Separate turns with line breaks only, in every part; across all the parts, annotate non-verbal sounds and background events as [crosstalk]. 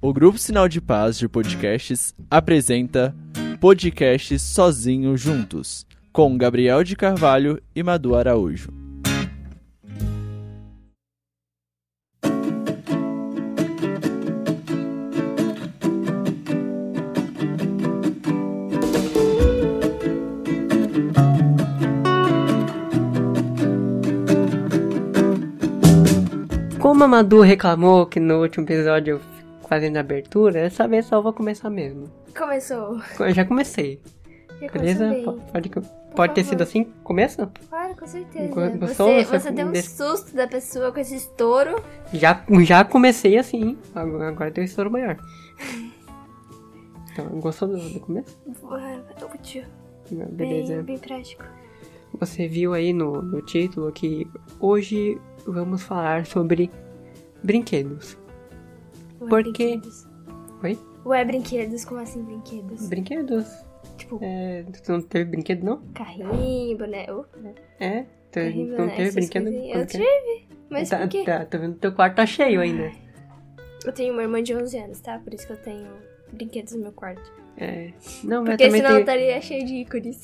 O Grupo Sinal de Paz de Podcasts apresenta Podcasts Sozinho Juntos, com Gabriel de Carvalho e Madu Araújo.
Como a Madu reclamou que no último episódio eu fico fazendo abertura, essa vez só vou começar mesmo.
Começou.
Eu já comecei,
Já
beleza?
começou bem.
Po- Pode, pode ter
favor.
sido assim? Começa?
Claro, com certeza.
Enquanto-
Você,
só- só-
você deu um
deixa-
susto da pessoa com esse estouro.
Já, já comecei assim, agora, agora tem um estouro
[laughs]
maior. Então, gostou do, do começo?
Ué, útil. Bem,
Beleza.
bem prático.
Você viu aí no, no título que hoje vamos falar sobre brinquedos.
Ué,
Por quê?
brinquedos.
Oi?
Ué, brinquedos. Como assim brinquedos?
Brinquedos.
Tipo,
É, tu não teve brinquedo, não?
carrinho, boneco.
É? Tu
Carrinho,
não
boneco,
teve
né? essas
brinquedo?
coisinhas. Eu
Por quê?
tive. Mas
tá,
por quê?
tá, tô vendo que teu quarto tá cheio ainda.
Eu tenho uma irmã de 11 anos, tá? Por isso que eu tenho brinquedos no meu quarto.
É. Não, mas eu
Porque
também
senão tá- eu
tenho...
estaria cheio de ícones.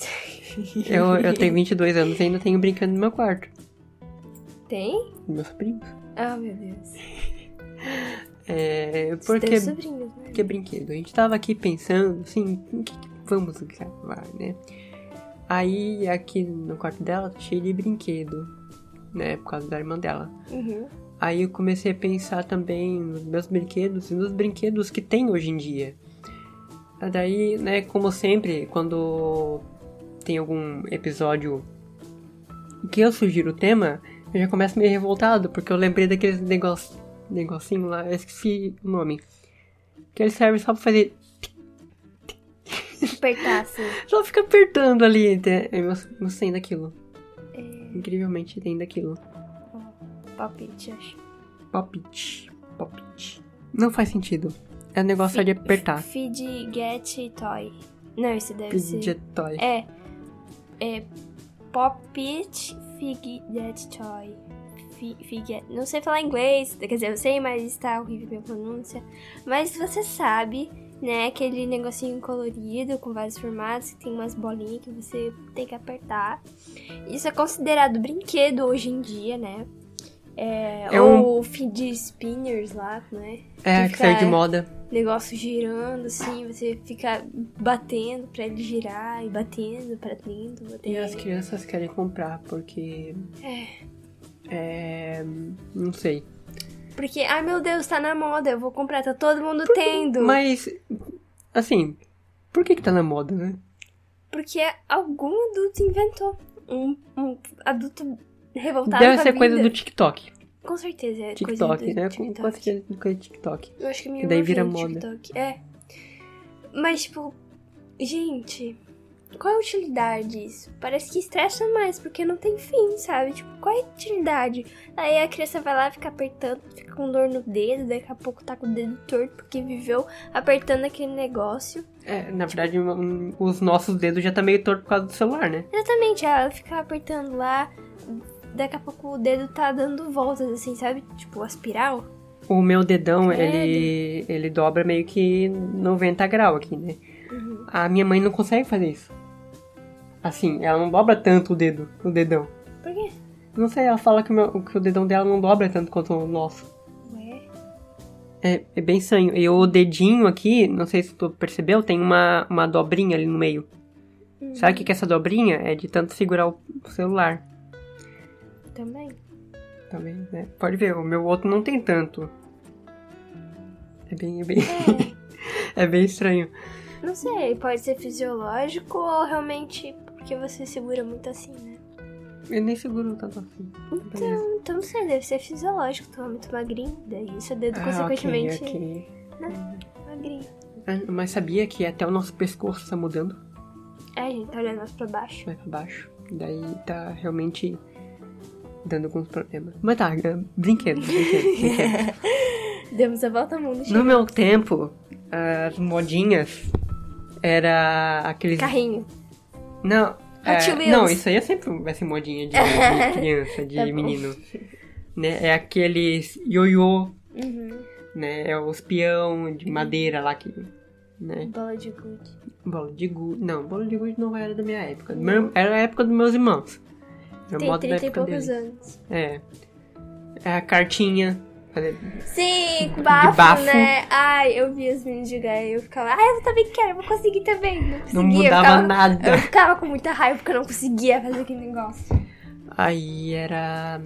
[laughs]
Eu, eu tenho 22 anos e ainda tenho brincando no meu quarto.
Tem?
com Meus sobrinhos.
Ah, meu Deus.
É...
Você
Porque...
tem sobrinhos, né?
Que brinquedo? A gente tava aqui pensando, assim, em que, que vamos gravar, né? Aí, aqui no quarto dela, tá cheio de brinquedo. Né? Por causa da irmã dela.
Uhum.
Aí eu comecei a pensar também nos meus brinquedos e nos brinquedos que tem hoje em dia. Ah, Daí, né, como sempre, quando tem algum episódio que eu sugiro o tema, eu já começo meio revoltado, porque eu lembrei daqueles negócio, negocinho lá, eu esqueci o nome. Que ele serve só pra fazer.
Apertar assim.
Só fica apertando ali, né? Eu não sei daquilo. Incrivelmente tem daquilo.
Palpite, acho.
Palpite. Palpite. Não faz sentido. É um negócio só de
Fi-
apertar.
Feed, get e toy. Não, esse deve ser.
Fidget toy.
É. É. Pop it, fig, get toy. Fi- Fidget. Não sei falar inglês, quer dizer, eu sei, mas está horrível minha pronúncia. Mas você sabe, né? Aquele negocinho colorido com vários formatos, que tem umas bolinhas que você tem que apertar. Isso é considerado brinquedo hoje em dia, né? É,
É um-
ou feed spinners lá, né?
É,
que
que saiu de
fica-
moda.
negócio girando, assim, você fica batendo pra ele girar e batendo pra dentro.
E
Batendo.
as crianças querem comprar, porque. É. Não sei.
Porque, ai meu Deus, tá na moda, eu vou comprar, tá todo mundo tendo.
Mas. Assim. Por que que tá na moda, né?
Porque algum adulto inventou. Um, um adulto revoltado
Deve
com a
ser coisa
vida.
do TikTok.
Com certeza, é coisa
TikTok,
do
né? Com
TikTok.
com certeza coisa do TikTok.
Eu acho que minha
Que daí
irmã
vira
vê no
moda.
TikTok. É. Mas, tipo, gente, qual é a utilidade disso? Parece que estressa mais, porque não tem fim, sabe? Tipo, qual é a utilidade? Aí a criança vai lá, fica apertando, fica com dor no dedo, daqui a pouco tá com o dedo torto, porque viveu apertando aquele negócio.
É,
Tipo
na verdade, um- os nossos dedos já tá meio torto por causa do celular, né?
Exatamente, ela fica apertando lá, daqui a pouco o dedo tá dando voltas, assim, sabe? Tipo, a espiral.
O meu dedão,
Credo.
ele, ele dobra meio que 90 graus aqui, né?
Uhum.
A minha mãe não consegue fazer isso. Assim, ela não dobra tanto o dedo, o dedão.
Por quê?
Não sei, ela fala que o, meu- que o dedão dela não dobra tanto quanto o nosso.
Ué,
É, é bem estranho. E o dedinho aqui, não sei se tu percebeu, tem uma, uma dobrinha ali no meio. Sabe o que, que é essa dobrinha? É de tanto segurar o o celular.
também.
Também, né? Pode ver, o meu outro não tem tanto. É bem, é bem, [laughs]
É.
é bem estranho.
Não sei, pode ser fisiológico ou realmente porque você segura muito assim, né?
Eu nem seguro tanto assim. Beleza.
Então não sei, deve ser fisiológico, tu é muito magrinho, daí seu dedo
Ah,
consequentemente
ok, ok.
magrinho.
Ah, Mas sabia que até o nosso pescoço tá mudando?
É, a gente tá olhando mais pra baixo. [laughs]
vai pra baixo. Daí tá realmente dando alguns problemas. Mas tá, é,
[laughs]
brinquedo, brinquedo, brinquedo.
Demos a volta ao mundo,
No
gente.
meu tempo, as modinhas era aqueles.
Carrinho.
Não. é,
Hot Wheels.
não, isso aí é sempre vai ser modinha
[laughs]
de, de criança, de
Tá bom.
menino. Né? É aqueles ioiô,
Uhum.
né? É os peão de madeira lá que. Né?
Bola de gude.
Bola de gude. Não, bola de gude não era da minha época. Meu- era a época dos meus irmãos. Era
Tem
moda
30 e poucos
deles.
anos.
É. É a cartinha. Fazer-
Sim, com bafo,
bafo.
né? Ai, eu vi as meninas jogar e eu ficava, ai, eu também quero, eu vou conseguir também. Não conseguia,
Não
eu
mudava
ficava, [laughs]
nada.
Eu ficava com muita raiva porque eu não conseguia fazer aquele negócio.
Aí era.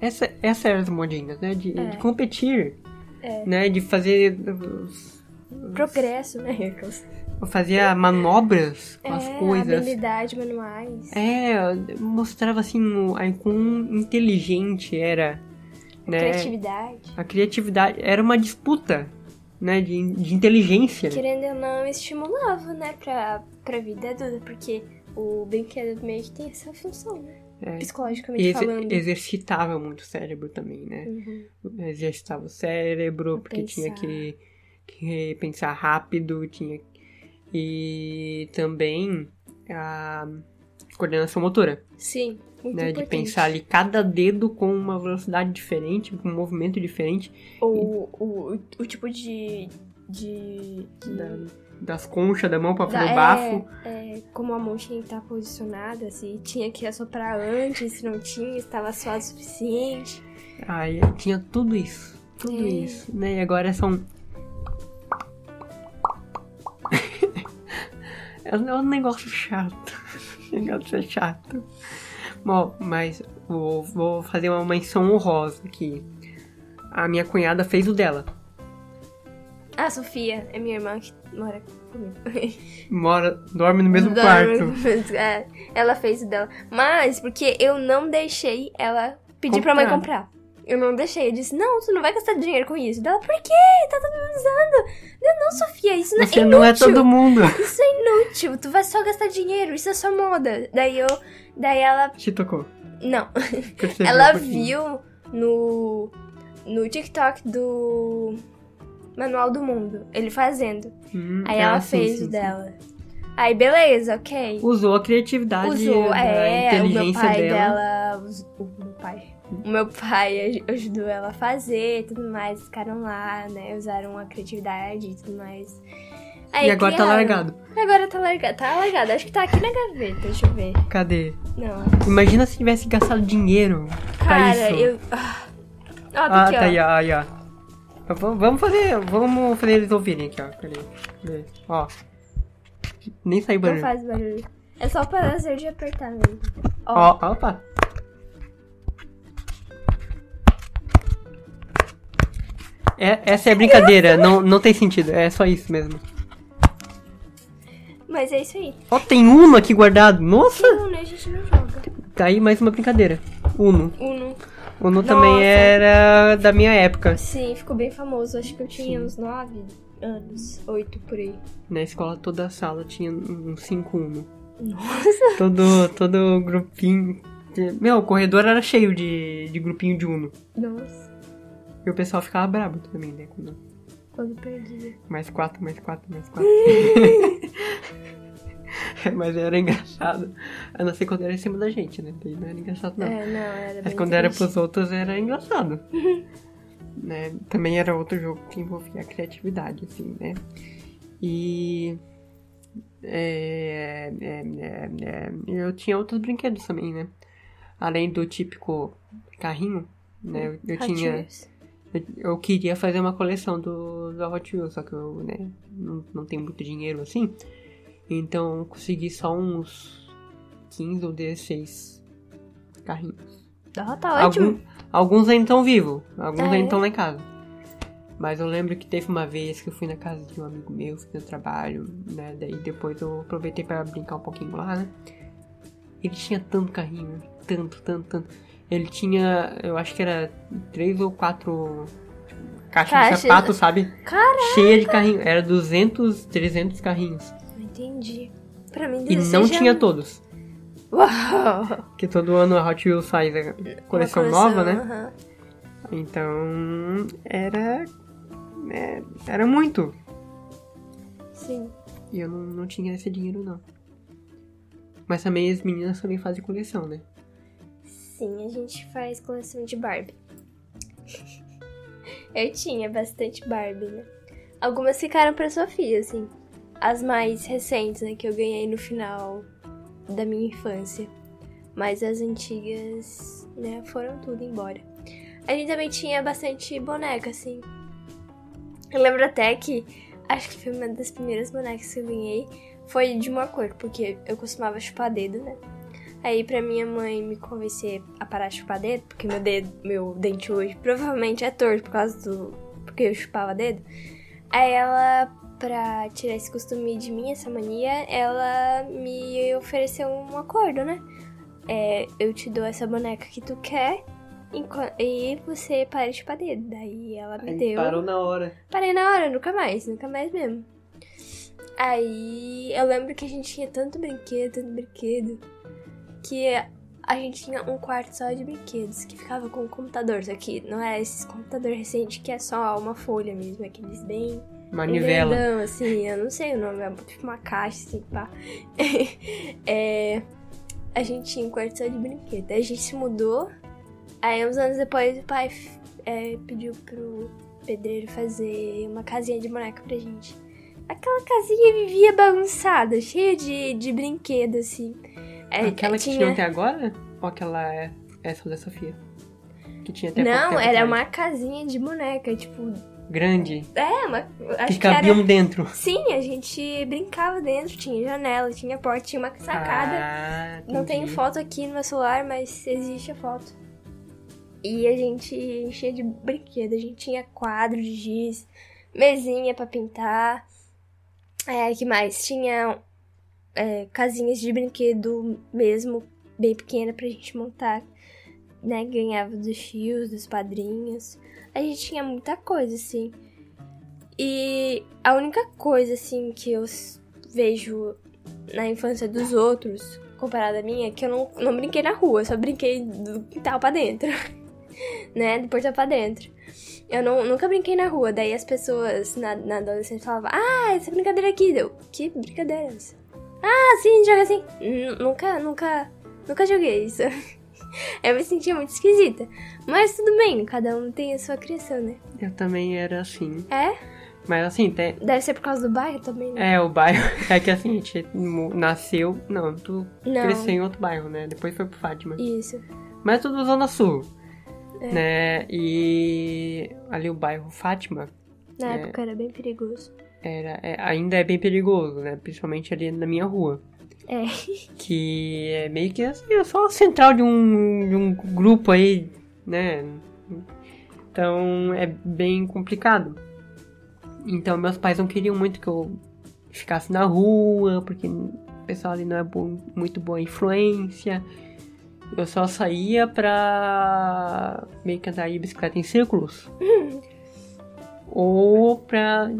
Essa, essa era as modinhas, né? De, de competir.
É.
Né? De fazer. os-
Progresso, né?
É,
Hercules?
Fazia manobras com as
É,
coisas.
habilidade, manuais.
É, mostrava assim o, aí quão inteligente era. Né?
Criatividade.
A criatividade. Era uma disputa, né? De, de inteligência.
Querendo ou não, estimulava, né? Pra, pra vida adulta, porque o brinquedo meio que tem essa função, né?
É.
Psicologicamente
Ex-
falando.
exercitava muito o cérebro também, né?
Uhum.
exercitava o cérebro,
Pra
porque tinha
pensar.
que, que pensar rápido, tinha e também a coordenação motora,
Sim, muito
né, de
importante.
pensar ali cada dedo com uma velocidade diferente, com um movimento diferente
Ou o, o tipo de. de. de-
das conchas da mão para
da-
fazer
é,
o bafo.
é, como a mão tá posicionada, se tinha que assoprar antes, se não tinha, estava suave o suficiente.
Aí tinha tudo isso, tudo
É.
isso, né? E agora são [laughs] É um é um negócio chato. [laughs] Um negócio chato. Bom, mas vou, vou fazer uma menção honrosa aqui. A minha cunhada fez o dela.
Ah, Sofia, é minha irmã que mora comigo.
Mora, dorme no mesmo
Da- [laughs]
quarto.
É, ela fez o dela. Mas porque eu não deixei ela pedir pra mãe comprar. Eu não deixei. Eu disse, não, tu não vai gastar dinheiro com isso. Dela, por quê? Tá todo mundo usando. Eu, não, Sofia, isso não é
Você
inútil.
não é todo mundo.
Isso é inútil. Tu vai só gastar dinheiro. Isso é só moda. Daí eu... Daí ela...
Te tocou.
Não.
Percebeu
ela
um pouquinho.
viu no... No TikTok do... Manual do Mundo. Ele fazendo.
Hum,
Aí
ah,
ela
sim,
fez
sim,
o
sim.
dela. Aí, beleza, ok.
Usou a criatividade,
Usou,
a
é, o
inteligência
meu pai
dela.
dela. us- o meu pai. O meu pai aj- ajudou ela a fazer e tudo mais, ficaram lá, né? Usaram a criatividade e tudo mais. Aí
e agora tá
criaram.
largado.
Agora tá largado, tá largado. Acho que tá aqui na gaveta, deixa eu ver.
Cadê?
Não.
Imagina se tivesse gastado dinheiro pra
Cara,
Tá isso.
eu. Ah, Ó, tá
Ah,
aqui,
tá
ó.
aí, ó, aí, ó. Então, va- Vamos fazer, vamos fazer eles ouvirem aqui, ó. Peraí, peraí. Ó. Nem saiu
Não
barulho.
faz barulho. É só o prazer de apertar mesmo. Ó,
Ó, opa. É, essa é a brincadeira, não, não tem sentido, é só isso mesmo.
mas é isso aí.
Ó, tem Uno aqui guardado,
Que
nossa!
Uno a gente não joga.
Tá aí mais uma brincadeira. Uno.
Uno.
Uno também
Nossa.
era da minha época.
Sim, ficou bem famoso. Acho que eu tinha uns 9 anos, 8 por aí.
Na escola toda a sala tinha um 5-1.
Nossa!
Todo, todo grupinho. Meu, o corredor era cheio de, de grupinho de Uno.
Nossa,
E o pessoal ficava brabo também, né? Quando
quando perdi.
mais quatro, mais quatro, mais quatro. [laughs] Mas era engraçado. A não ser quando era em cima da gente, né? Daí não era engraçado, não.
É, não, era
Mas
bem
quando era
triste.
pros outros era
[laughs]
engraçado. né? Também era outro jogo que envolvia a criatividade, assim, né? E. é, é, é, é, eu tinha outros brinquedos também, né? Além do típico carrinho, né? Eu, eu
Hot
tinha.
Wheels.
Eu, eu queria fazer uma coleção do, do Hot Wheels, só que eu, né, não, não tenho muito dinheiro assim. Então eu consegui só uns 15 ou 16 carrinhos.
Ah, tá ótimo.
Algum- alguns ainda estão vivos, alguns
Ah, é?
ainda estão lá em casa. Mas eu lembro que teve uma vez que eu fui na casa de um amigo meu, fiz meu trabalho, né? Daí depois eu aproveitei pra brincar um pouquinho lá, né? Ele tinha tanto carrinho, tanto, tanto, tanto. Ele tinha, eu acho que era três ou quatro caixas
Caixas.
de sapato, sabe?
Caraca!
Cheia de carrinho. Era 200, 300 carrinhos.
Entendi. Pra mim,
E
deve
não
ser já- é um-
tinha todos.
Uau!
Porque todo ano a Hot Wheels faz a coleção
Uma
nova, né?
aham.
Então era. é, era muito.
Sim.
E eu não, não tinha esse dinheiro não. Mas também as meninas também fazem coleção, né?
Sim, a gente faz coleção de Barbie. [laughs] Eu tinha bastante Barbie, né? Algumas ficaram pra Sofia, assim. As mais recentes, né, que eu ganhei no final da minha infância. Mas as antigas, né, foram tudo embora. A gente também tinha bastante boneca, assim. Eu lembro até que, acho que foi uma das primeiras bonecas que eu ganhei, foi de uma cor, porque eu costumava chupar dedo, né? Aí pra minha mãe me convencer a parar de chupar dedo, porque meu dedo, meu dente hoje provavelmente é torto por causa do. porque eu chupava dedo. Aí ela, pra tirar esse costume de mim, essa mania, ela me ofereceu um acordo, né? É, eu te dou essa boneca que tu quer enqu- e você para de chupar dedo. Daí ela me
Aí
deu.
parou na hora.
Parei na hora, nunca mais, nunca mais mesmo. Aí eu lembro que a gente tinha tanto brinquedo, tanto brinquedo, que a gente tinha um quarto só de brinquedos que ficava com o computador, só que não era esse computador recente que é só uma folha mesmo, aqueles bem
Manivela.
grandão, é assim, eu não sei o nome, é tipo uma caixa, assim, pá. [laughs] É, a gente tinha um quarto só de brinquedo. Aí a gente se mudou. Aí, uns anos depois, o pai f- é, pediu pro pedreiro fazer uma casinha de boneca pra gente. Aquela casinha vivia bagunçada, cheia de, de brinquedo, assim. É,
Aquela que
tinha-
tinha um até agora? Ou aquela é essa da Sofia? Que tinha até pouco
Não,
tempo
era
atrás.
uma casinha de boneca, tipo...
Grande.
É, uma... Acho
que
que era...
cabiam dentro.
Sim, a gente brincava dentro, tinha janela, tinha porta, tinha uma sacada.
Ah,
Não tenho
entendi.
foto aqui no meu celular, mas existe a foto. E a gente enchia de brinquedo. A gente tinha quadro de giz, mesinha pra pintar. É, que mais? Tinha é, casinhas de brinquedo mesmo, bem pequena pra gente montar. Né? Ganhava dos tios, dos padrinhos. A gente tinha muita coisa, assim. E a única coisa, assim, que eu s- vejo na infância dos outros, comparada à minha, é que eu não, não brinquei na rua, eu só brinquei do quintal pra dentro. [laughs] né? Do portão pra dentro. Eu não, nunca brinquei na rua, daí as pessoas na, na adolescência falavam, ah, essa brincadeira aqui. Eu, que brincadeira é essa? Ah, sim, joga assim. N- nunca, nunca, nunca joguei isso. [laughs] eu me sentia muito esquisita. Mas tudo bem, cada um tem a sua criação, né?
Eu também era assim.
É?
Mas assim, tem,
Deve ser por causa do bairro também, né?
É, o bairro. [laughs] É que assim, a gente mu- nasceu. Não, tu
Não.
cresceu em outro bairro, né? Depois foi pro Fátima.
Isso.
Mas tudo Zona Sul.
É.
Né? E ali o bairro Fátima
Na
É.
época era bem perigoso.
era, é- ainda é bem perigoso, né? Principalmente ali na minha rua.
É.
[laughs] Que é meio que assim, é só a central de um, de um grupo aí, né? Então é bem complicado. Então meus pais não queriam muito que eu ficasse na rua, porque o pessoal ali não é bo- muito boa influência. Eu só saía pra meio que andar de bicicleta em círculos. Ou pra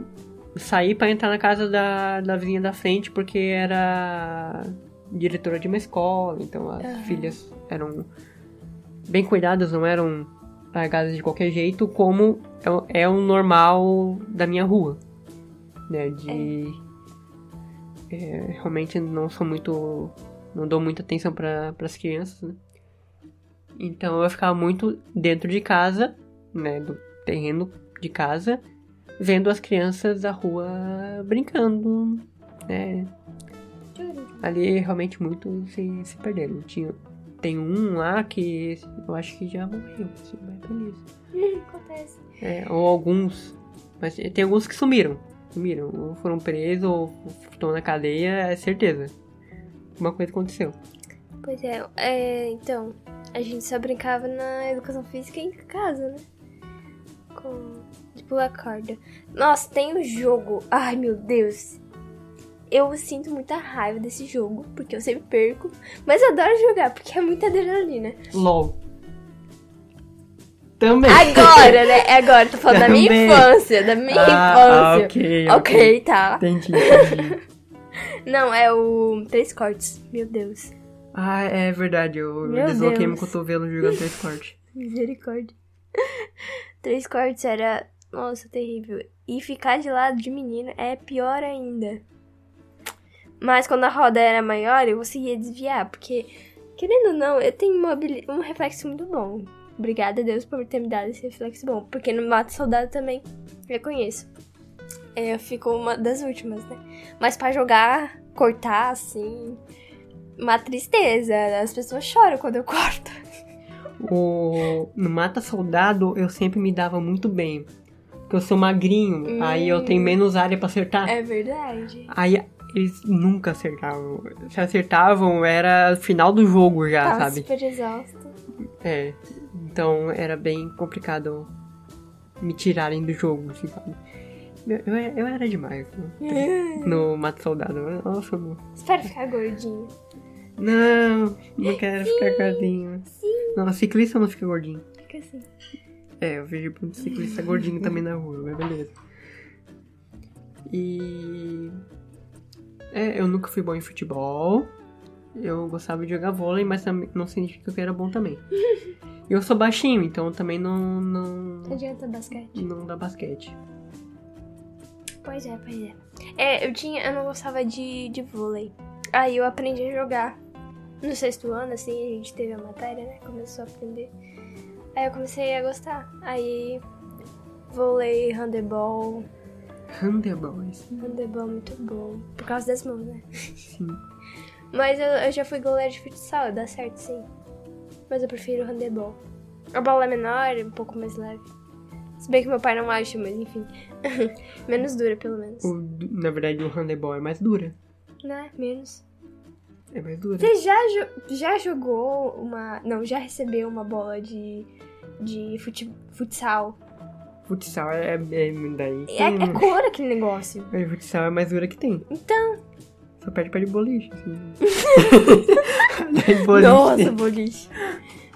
sair pra entrar na casa da, da vizinha da frente, porque era diretora de uma escola, então as
Aham.
filhas eram bem cuidadas, não eram largadas de qualquer jeito, como é o- é o normal da minha rua. Né, de é, realmente não sou muito. Não dou muita atenção para as crianças, né? Então eu ficava muito dentro de casa, né? Do terreno de casa, vendo as crianças da rua brincando, né? Ali realmente muito se, se perderam. Tinha, tem um lá que eu acho que já morreu, assim, mas beleza.
Acontece.
É, ou alguns. Mas tem alguns que sumiram. Sumiram. Ou foram presos, ou estão na cadeia, é certeza. Uma coisa aconteceu.
Pois é, é, então, a gente só brincava na educação física em casa, né? Com, de pular corda. Nossa, tem um jogo. Ai, meu Deus. Eu sinto muita raiva desse jogo, porque eu sempre perco. Mas eu adoro jogar, porque é
[laughs]
muita adrenalina.
LOL. Também.
Agora, né? É agora, tô falando da minha
Também.
infância, da minha
Ah,
infância.
ok,
ok, tá.
Entendi, entendi.
Não, é o Três Cortes. Meu Deus.
ah, é verdade. Eu
Meu
desloquei
Deus.
meu cotovelo jogando três cortes.
Misericórdia. [laughs] Três cortes era. Nossa, terrível. E ficar de lado de menino é pior ainda. Mas quando a roda era maior, eu conseguia desviar, porque, querendo ou não, eu tenho mobili- um reflexo muito bom. Obrigada a Deus por ter me dado esse reflexo bom. Porque no Mato Soldado também reconheço. É, ficou uma das últimas, né? Mas pra jogar, cortar, assim. Uma tristeza. As pessoas choram quando eu corto. [laughs]
O... No Mata Soldado eu sempre me dava muito bem. Porque eu sou magrinho,
Hum.
aí eu tenho menos área pra acertar.
É verdade.
Aí eles nunca acertavam. Se acertavam, era final do jogo já,
Tava
Tá, sabe?
Tá super exausta.
É. Então era bem complicado me tirarem do jogo, assim, sabe? Eu, eu era- eu era demais né?
Hum.
no Mato Soldado. Nossa, amor.
Espero ficar gordinha.
Não, não quero ficar gordinho. Não, ciclista não fica gordinho.
Fica assim.
É, eu vejo muito ciclista gordinho também na rua, mas beleza. E. É, eu nunca fui bom em futebol. Eu gostava de jogar vôlei, mas tam- não significa que eu era bom
[laughs]
também. E eu sou baixinho, então também não. Não,
Não adianta basquete.
não dá basquete.
Pois é, pois é. É, eu tinha. Eu não gostava de, de vôlei. Aí eu aprendi a jogar. No sexto ano, assim, a gente teve a matéria, né? Começou a aprender. Aí eu comecei a gostar. Aí vôlei, handebol.
Handebol, isso.
Handebol é muito bom. Por causa das mãos, né?
Sim.
Mas eu, eu já fui goleiro de futsal, dá certo sim. Mas eu prefiro o handebol. A bola é menor, é um pouco mais leve. Se bem que meu pai não acha, mas enfim. [laughs] menos dura, pelo menos.
O- na verdade, o handebol é mais dura.
Né? Menos.
É mais dura.
Você já, jo- já jogou uma. Não, já recebeu uma bola de. de fute- futsal.
Futsal é, é, é daí.
É, é cor aquele negócio.
Mas o futsal é a mais dura que tem.
Então.
Só perde pra de boliche,
[laughs]
assim. Daí, boliche.
Nossa, boliche.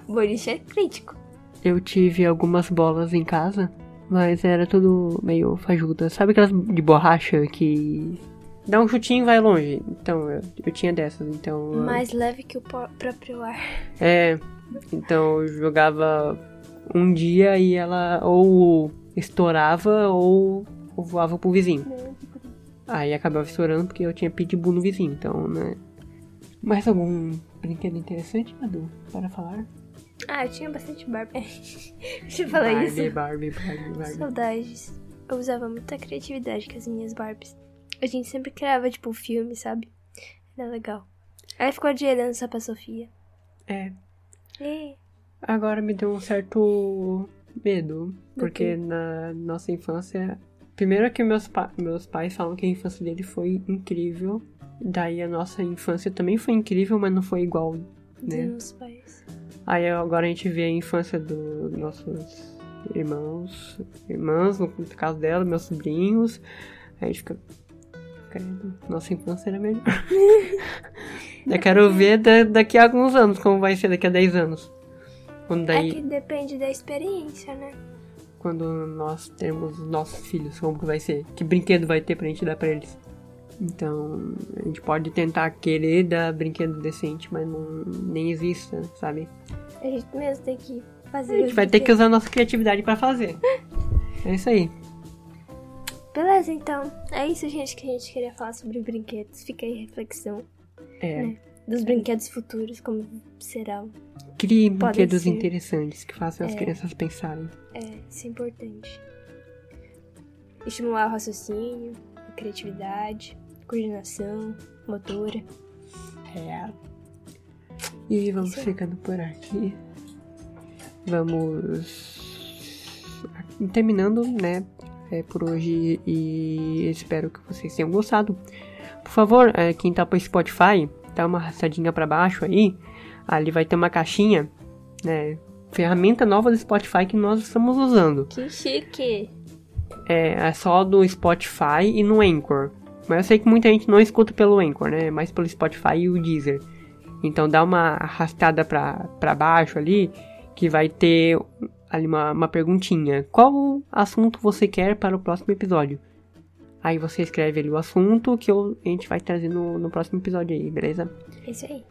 boliche é crítico.
Eu tive algumas bolas em casa, mas era tudo meio fajuda. Sabe aquelas de borracha que. Dá um chutinho e vai longe. Então, eu, eu tinha dessas, então. eu-
Mais leve que o pró- próprio ar.
É. Então eu jogava um dia e ela ou estourava ou, ou voava pro vizinho. Aí acabava estourando porque eu tinha pitbull no vizinho, então, né? Mais algum brinquedo interessante, Madu, para falar?
Ah, eu tinha bastante barba. [laughs] Deixa eu falar
Barbie,
isso.
Barbie, Barbie, Barbie.
Saudades. Eu usava muita criatividade com as minhas Barbies. A gente sempre criava, tipo, filme, sabe? Era legal. Aí ficou de herança pra Sofia.
É,
E...
Agora me deu um certo medo, porque na nossa infância, primeiro é que meus, pa- meus pais falam que a infância dele foi incrível, daí a nossa infância também foi incrível, mas não foi igual,
Dos
né?
meus pais.
Aí agora a gente vê a infância dos nossos irmãos, irmãs, no caso dela, meus sobrinhos, aí a gente fica... credo, Nossa infância era melhor. Eu quero ver da- daqui a alguns anos como vai ser, daqui a 10 anos. Quando daí...
É que depende da experiência, né?
quando nós termos os nossos filhos, como que vai ser? Que brinquedo vai ter pra gente dar pra eles? Então, a gente pode tentar querer dar brinquedo decente, mas não, nem exista, sabe?
A gente mesmo tem que
A
fazer.
gente
os
vai ter que
brinquedos.
usar a nossa criatividade pra fazer. É isso aí.
Beleza, então. É isso, gente, que a gente queria falar sobre brinquedos. Fica aí a reflexão
É,
dos brinquedos futuros, como serão.
crie
Podem
brinquedos
ser.
interessantes que façam as crianças pensarem.
É, isso é importante. Estimular o raciocínio, a criatividade, coordenação, motora.
É. E vamos
Isso aí.
ficando por aqui. Vamos terminando, né? é, por hoje e espero que vocês tenham gostado. Por favor, é, quem tá pro Spotify, dá uma arrastadinha pra baixo aí. Ali vai ter uma caixinha, né? Ferramenta nova do Spotify que nós estamos usando.
Que chique!
É, é só do Spotify e no Anchor. Mas eu sei que muita gente não escuta pelo Anchor, né? Mais pelo Spotify e o Deezer. Então dá uma arrastada pra, pra baixo ali, que vai ter ali uma, uma perguntinha. Qual assunto você quer para o próximo episódio? Aí você escreve ali o assunto que eu- a gente vai trazer no, no próximo episódio aí, beleza?
É isso aí.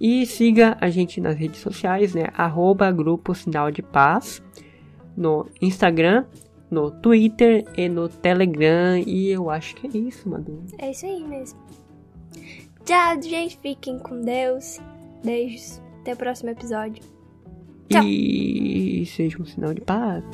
E siga a gente nas redes sociais, né? Arroba Grupo Sinal de Paz. No Instagram, no Twitter e no Telegram. E eu acho que é isso, Madu.
É isso aí mesmo. Tchau, gente. Fiquem com Deus. Beijos. Até o próximo episódio. Tchau.
E seja um sinal de paz.